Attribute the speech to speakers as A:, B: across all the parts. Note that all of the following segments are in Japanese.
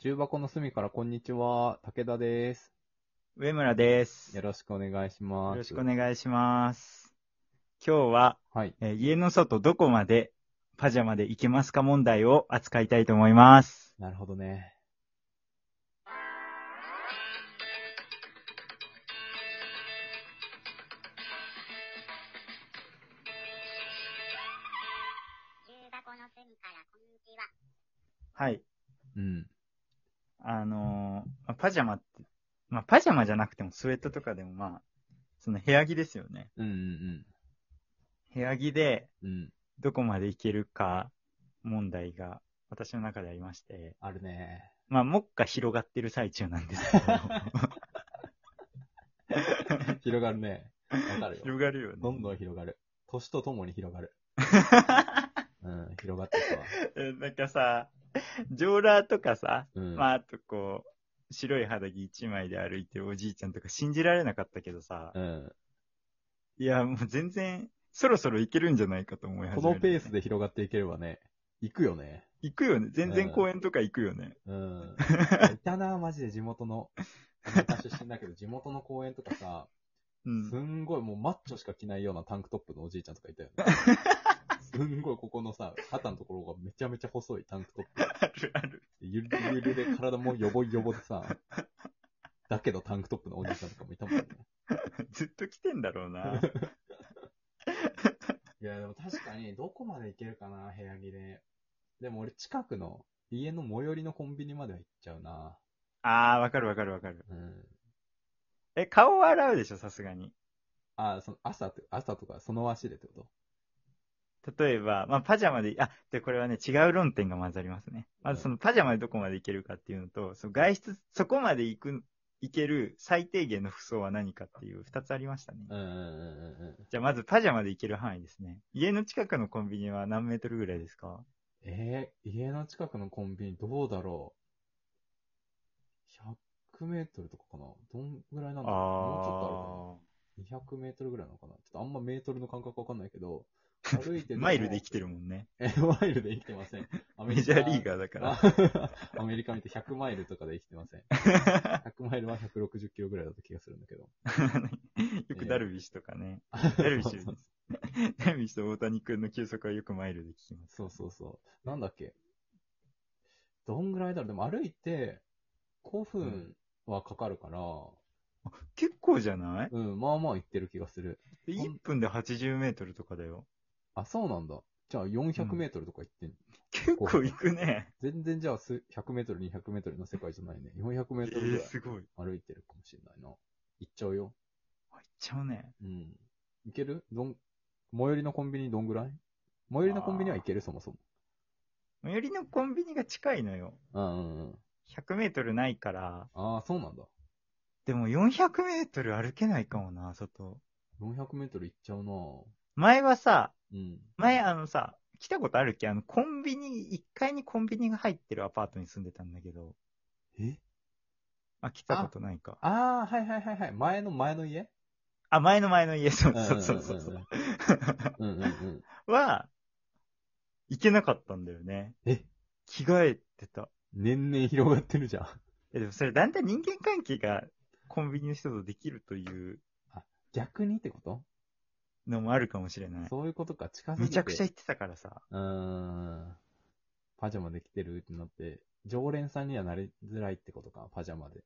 A: 中箱の隅からこんにちは、武田です。
B: 上村です。
A: よ
B: よ
A: ろしくお願いします。
B: ろしくお願いします。今日は、
A: はい。
B: えー家の外どこまでパジャマで行けますか問題を扱いたいと思います。
A: なるほどね。
C: 重箱の隅からこんにちは。
B: はい。
A: うん。
B: あのーまあパジャマって、まあ、パジャマじゃなくてもスウェットとかでもまあ、その部屋着ですよね。
A: うんうん
B: 部屋着で
A: うん。うん。
B: どこまで行けるか問題が私の中でありまして、
A: あるね。
B: まあ、目下広がってる最中なんですけ ど。
A: 広がるね。わかるよ。
B: 広がるよね。
A: どんどん広がる。年とともに広が る。うん、広がっていくわ。
B: えなんかさ、ジョーラーとかさ、
A: うん。
B: まあ、あとこう、白い肌着一枚で歩いてるおじいちゃんとか信じられなかったけどさ、
A: うん。
B: いや、もう全然、そろそろいけるんじゃないかと思い始
A: こ
B: めるよ
A: の
B: ね
A: ペースで広がっていければね、行くよね。
B: 行くよね。全
A: う
B: 然
A: ん
B: 公園とか行くよね。
A: うん。いたな、マジで地元の。田舎出身だけど、地元の公園とかさ、
B: う
A: す
B: ん。
A: んごいもうマッチョしか着ないようなタンクトップのおじいちゃんとかいたよ ね。すんごいここのさ、肩のところがめちゃめちゃ細いタンクトップ。
B: あるある。
A: ゆるゆるで体もよぼよぼでさ、だけどタンクトップのおじいちゃんとかもいたもんね。
B: ずっと来てんだろうな。
A: いや、でも確かにどこまで行けるかな、部屋着で。でも俺近くの家の最寄りのコンビニまでは行っちゃうな。
B: あー、わかるわかるわかる。
A: うん。
B: え、顔は洗うでしょ、さすがに。
A: あ、その朝と、朝とかその足でってこ
B: 例えば、まあ、パジャマで、あ、で、これはね、違う論点がまずありますね。まずそのパジャマでどこまで行けるかっていうのと、その外出、そこまで行く、行ける最低限の服装は何かっていう二つありましたね。
A: とうんうんうんうんうん。
B: じゃあ、まずパジャマで行ける範囲ですね。家の近くのコンビニは何メートルぐらいですか
A: えー、家の近くのコンビニどうだろう ?100 メートルとかかなどんぐらいなんだろうもうちょっと
B: あ
A: あるかな ?200 メートルぐらいなのかなちょっとあんまメートルの感覚わかんないけど、歩いて
B: ー
A: でも
B: マイルで生きてるもんね。
A: え、マイルで生きてません。ア
B: メジャーリー
A: ー
B: ガーだから。
A: ら。 アメリカ見て100マイルとかで生きてません。100マイル は160キロぐらいだった気がするんだけど。
B: よくダルビッシュとかね。ダルビッシュダルビッシュと大谷君の休息はよくマイルで聞きます。
A: そうそうそう。なんだっけ。どんぐらいだろうでも歩いて5分はかかるから、
B: 結構じゃない
A: うん、まあまあ行ってる気がする。
B: で
A: ほん
B: ?1 分で80メートルとかだよ。
A: あ、そうなんだ。じゃあ400メートルとか行ってん、
B: 結構行くね。
A: 全然じゃあす100メートル、200メートルの世界じゃないね。400メートルぐらい
B: ごい。
A: 歩いてるかもしれないな。行っちゃうよ。
B: あ行っちゃうね。
A: うん。行けるどん、最寄りのコンビニどんぐらい最寄りのコンビニは行けるそもそも。
B: 最寄りのコンビニが近いのよ。
A: うんうんうん。
B: 100メートルないから、
A: ああ、そうなんだ。
B: でも400メートル歩けないかもな、外。
A: 400メートル行っちゃうな
B: 前はさ、
A: うん。
B: 前あのさ、来たことあるっけあの、コンビニ、1階にコンビニが入ってるアパートに住んでたんだけど、
A: え
B: あ、来たことないか。あ、
A: ああ、はいはいはいはい。前の前の家
B: 前の前の家、そうそうそうそう。そう
A: うんうんうんうん。
B: は、行けなかったんだよね。
A: え
B: 着替えてた。
A: 年々広がってるじゃん。
B: え、でもそれだんだん人間関係がコンビニの人とできるという
A: 逆にってこと
B: のもあるかもしれない。
A: そういうことか、近づいて。
B: めちゃくちゃ行ってたからさ。
A: うーん。パジャマで来てるってなって、常連さんにはなりづらいってことか、パジャマで。
B: っ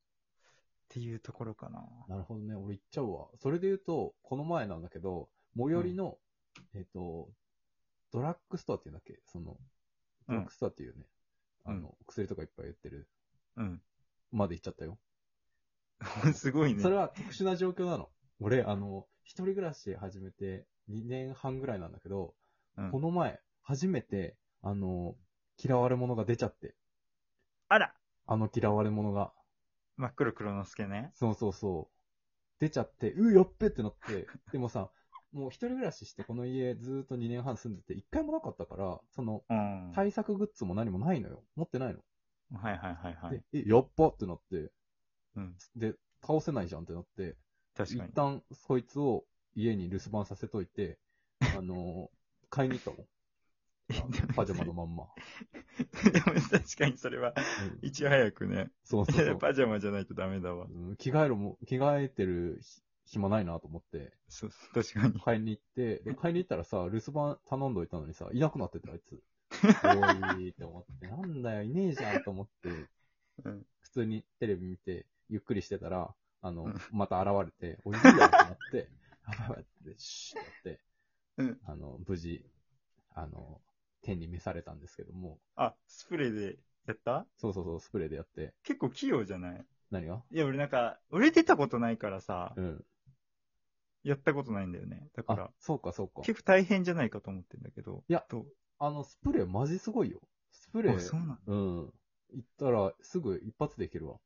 B: ていうところかな。
A: なるほどね、俺行っちゃうわ。それで言うと、この前なんだけど、最寄りの、えっ、と、ドラッグストアっていうんだっけその、ドラッグストアっていうね、あ
B: うん
A: の、薬とかいっぱい売ってる、
B: うん。
A: まで行っちゃったよ。
B: すごいね。
A: それは特殊な状況なの。俺、あの、一人暮らし始めて2年半ぐらいなんだけど、
B: うん
A: この前、初めて、あの、嫌われ者が出ちゃって、
B: あら
A: あの嫌われ者が、
B: 真っ黒黒之助ね。
A: そうそうそう、出ちゃって、うーやっべってな って、でもさ、もう一人暮らししてこの家ずーっと2年半住んでて、一回もなかったから、その、
B: うん。はい
A: 対策グッズも何もないのよ。持ってないの。
B: はいはいはい。
A: で、え、やっばってなって、
B: うん。
A: で、倒せないじゃんってなって、
B: 確
A: 一
B: かに。
A: 旦 そいつを家に留守番させといて、あのー買いに行ったもん。パジャマのまんま。
B: でも確かにそれは、
A: うん
B: いち早くね、
A: そう そうそう。
B: パジャマじゃないとダメだわ。
A: うん着替えるも、着替えてるひ暇ないなと思って、
B: そう、確かに。
A: 買いに行って、で買いに行ったらさ、留守番頼んどいたのにさ、いなくなってた、あい つ。おいって思って、なんだよ、いねえじゃんと思って、
B: うん
A: 普通にテレビ見て、ゆっくりしてたら、あの、
B: うん
A: また現れて、おいしいやってなって、 やばいやばいって、シュッって、
B: うん
A: あの、無事、あの、天に召されたんですけども、
B: あ、スプレーでやった
A: そうそうそう、スプレーでやって、
B: 結構器用じゃない
A: 何が
B: いや、俺なんか、俺出たことないからさ
A: う、ん。
B: やったことないんだよね。だか
A: あ
B: ら、、
A: そうかそうか。
B: 結構大変じゃないかと思ってんだけど。
A: いや
B: どう
A: あの、スプレーマジすごいよ。スプレ
B: あそ
A: ー、
B: うなんだ。
A: うん。行ったら、すぐ一発でいけるわ。あ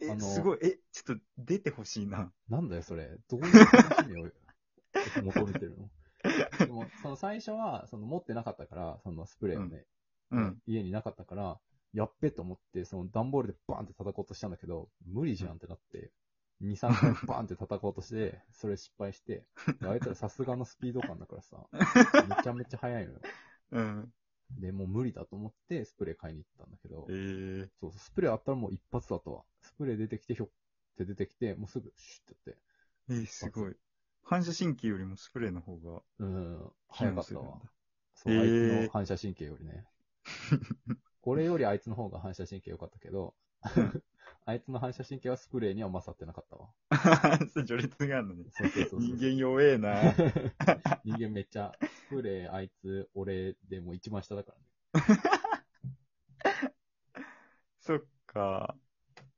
B: え、
A: の
B: すごい。え、ちょっと出てほしいな。
A: なんだよ、それ。どういう楽しみを 求めてるのでも、その最初は、その持ってなかったから、そのスプレーをね、
B: うん。
A: 家になかったから、やっべと思って、その段ボールでバンって叩こうとしたんだけど、無理じゃんってなって、2、3回バンって叩こうとして、それ失敗して、であいつらさすがのスピード感だからさ、めちゃめちゃ速いのよ。
B: うん。
A: で、もう無理だと思って、スプレー買いに行ったんだけど、
B: えー、
A: そうそう、スプレーあったらもう一発だったわ。スプレー出てきて、ひょって出てきて、もうすぐ、シュッてやって。
B: えー、すごい。反射神経よりもスプレーの方が
A: うん、
B: 機
A: 早か
B: 能
A: った
B: するんだ
A: わ。。そう、
B: へ
A: あい
B: ー
A: つの反射神経よりね。 俺よりあいつの方が反射神経良かったけど、 あいつの反射神経はスプレーには勝ってなかったわ。
B: そう序列があるのね。
A: そうそうそうそう。
B: 人間弱えな。
A: 人間めっちゃ、スプレー、あいつ、俺でもう一番下だからね。
B: そっか。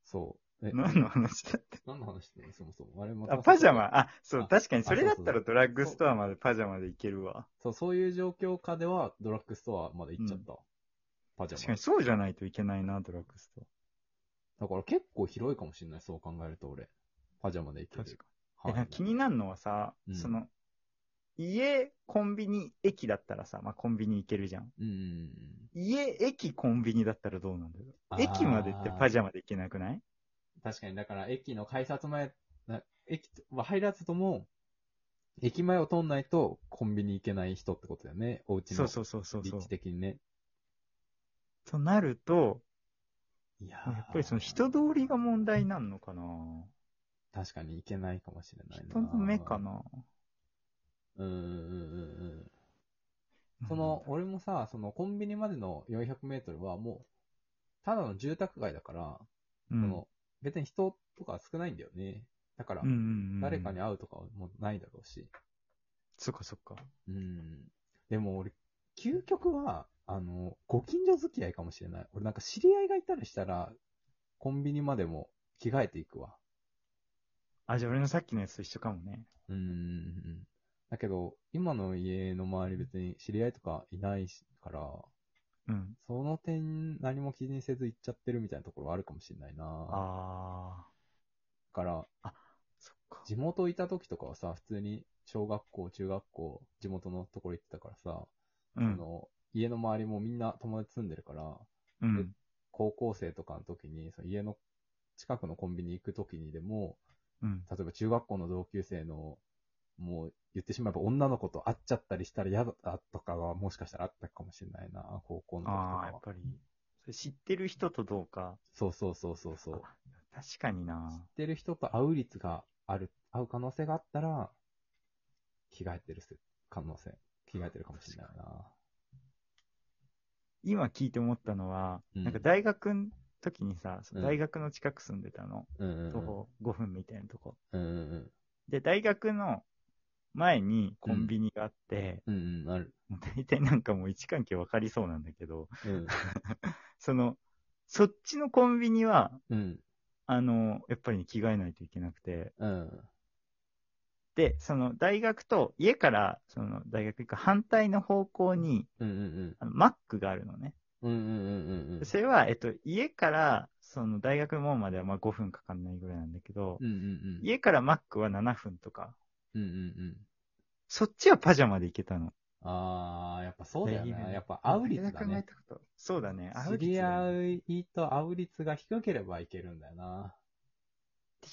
A: そう。え、
B: 何の話だった
A: 何の話してんのそもそも。あれも。
B: あ、パジャマ。あ、そう、
A: あ
B: 確かにそれだっ
A: あそう
B: た
A: そうそ
B: らドラッグストアまでパジャマで行けるわ。
A: そう、そういう状況下では、ドラッグストアまで行っちゃった。パジ
B: 確
A: ャ
B: か
A: マ
B: に。そうじゃないといけないな、ドラッグスト
A: だから結構広いかもしれない、そう考えると俺。パジャマで行
B: ア。
A: ける。
B: 確か
A: はい
B: に。え気になるのはさ、
A: うん
B: その、家、コンビニ、駅だったらさ、まあ、コンビニ行けるじゃん。
A: うんうんうん。
B: 家、駅、コンビニだったらどうなんだろ
A: あ
B: う。
A: ー
B: 駅までってパジャマで行けなくない
A: 確かに、だから駅の改札前、な駅は入らずとも、駅前を通んないとコンビニ行けない人ってことだよね。お家
B: そ
A: の
B: うそうそうそうそ
A: 立
B: う
A: 地。的にね。
B: となると、
A: いや
B: やっぱりその人通りが問題なんのかな
A: 確かに行けないかもしれないな。
B: 人の目かな
A: うんうんうんうん。その、、俺もさ、そのコンビニまでの400メートルはもう、ただの住宅街だから、
B: う
A: そ
B: ん、
A: の別に人とか少ないんだよね。だから
B: うん、うんうん
A: 誰かに会うとかはもうないだろうし。
B: そっかそっか。
A: うん。でも俺、究極は、あの、ご近所付き合いかもしれない。俺なんか知り合いがいたりしたら、コンビニまでも着替えていくわ。
B: あ、じゃあ俺のさっきのやつと一緒かもね。
A: うんうんうん。だけど、今の家の周り別に知り合いとかいないしから、
B: うん。
A: その点何も気にせず行っちゃってるみたいなところはあるかもしれないな。
B: あ
A: だから、
B: ー、そっか。
A: 地元いた時とかはさ、普通に小学校、中学校、地元のところ行ってたからさ、
B: う
A: あ
B: ん。
A: の、家の周りもみんな友達住んでるから、
B: うん。
A: 高校生とかの時に、その家の近くのコンビニ行く時にでも、
B: うん。
A: 例えば中学校の同級生の、もう言ってしまえば女の子と会っちゃったりしたら嫌だとかはもしかしたらあったかもしれないな、高校の時とか
B: ああ、やっ
A: は。
B: ぱり。それ知ってる人とどうか。
A: そうそうそうそうそう。知っ
B: あ確かにな。
A: てる人と会う率がある、会う可能性があったら、着替えてるせ可能性、着替えてるかもしれないな。
B: 今聞いて思ったのは、
A: うん
B: なんか大学の時にさ、
A: うん
B: 大学の近く住んでたの。
A: うんうんう
B: 徒
A: ん。
B: 歩5分みたいなとこ。
A: うんうんうん。
B: で、大学の前にコンビニがあって、
A: うんうん、ある。
B: もう大体なんかもう位置関係わかりそうなんだけど、
A: うん。
B: その、そっちのコンビニは、
A: うん。
B: あの、やっぱりね、着替えないといけなくて、
A: うん。
B: で、その大学と家からその大学行く反対の方向に、
A: うんうん
B: あのマックがあるのね。
A: うん。うんうんうんうんうん。
B: それは、えっと、家からその大学の門まではまあ5分かかんないぐらいなんだけど、
A: うんうんうん。
B: 家からマックは7分とか、
A: うんうんうん。
B: そっちはパジャマで行けたの。
A: あー、やっぱそうだよ
B: いいね
A: ね。やっぱ会う率だ
B: あれが考え
A: ね。
B: たことそうだね。
A: 知り
B: 合う率だ
A: 合
B: ねっ
A: いと会う率が低ければいけるんだよな。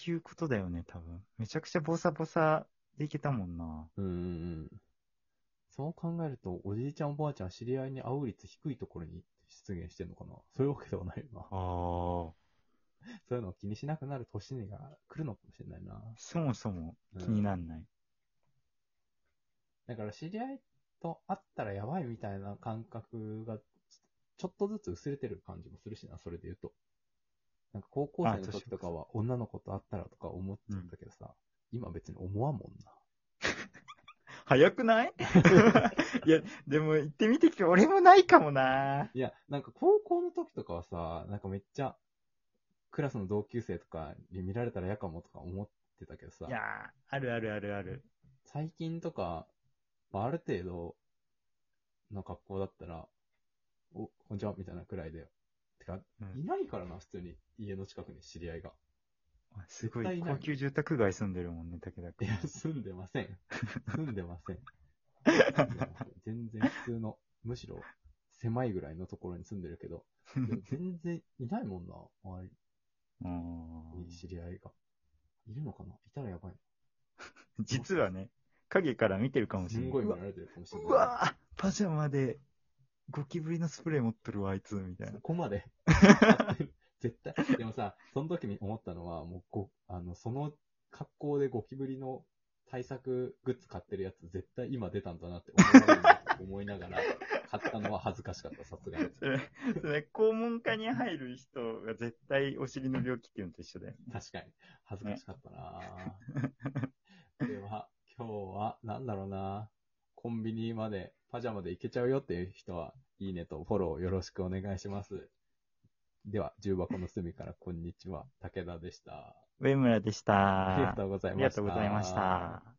B: ていうことだよね、多分。めちゃくちゃボサボサで行けたもんな。
A: うんうんうん。そう考えると、おじいちゃんおばあちゃん知り合いに会う率低いところに出現してんのかなそういうわけではないよな。
B: ああ。
A: そういうのを気にしなくなる年が来るのかもしれないな。
B: そもそも気になんない。
A: だから知り合いと会ったらやばいみたいな感覚が、ちょっとずつ薄れてる感じもするしな、それで言うと。なんか高校生の
B: あ確か
A: 時
B: に
A: とかは女の子と会ったらとか思ってたけどさ、今別に思わんもんな。
B: 早くない いや、でも行ってみてきて、俺もないかもない
A: や、なんか高校の時とかはさ、なんかめっちゃ、クラスの同級生とかに見られたら嫌かもとか思ってたけどさ
B: い、やー、あるあるあるある。
A: 最近とか、まあ、ある程度の格好だったら、お、こんにちは、みたいなくらいで。てか、
B: うん
A: いないからな、普通に家の近くに知り合いが。
B: すご
A: 絶対
B: い
A: ない
B: 高級住宅街住んでるもんね、武田
A: い
B: 君。
A: や、住んでません。 住んでません。住んでません全然普通の、むしろ狭いぐらいのところに住んでるけど、でも全然いないもんな、周り
B: うん
A: に知り合いが。いるのかないたらやばい。
B: 実はね、影から見てるかもし
A: す
B: れない。
A: んごいう見
B: わ
A: られてるかもしれ
B: う
A: な
B: わーパジャマでゴキブリのスプレー持っとるわ、あいつ、みた
A: い。
B: いな
A: そ。こまで。 絶対。でもさ、その時に思ったのは、もうご、あの、その格好でゴキブリの対策グッズ買ってるやつ、絶対今出たんだなって思われるなって思いな がら、買ったのは恥ずかしかった、さすがに。
B: それ、それ、肛門科に入る人が絶対お尻の病気っていうのと一緒だよね。
A: 確かに。恥ずかしかったなぁでは、今日は、なんだろうなコンビニまで、パジャマで行けちゃうよっていう人は、いいねとフォローよろしくお願いします。では、重箱の隅からこんにちは、武田でした。
B: 上村でした。
A: ありがとうござ
B: あ
A: い
B: り
A: ま
B: が
A: した。
B: とうございました。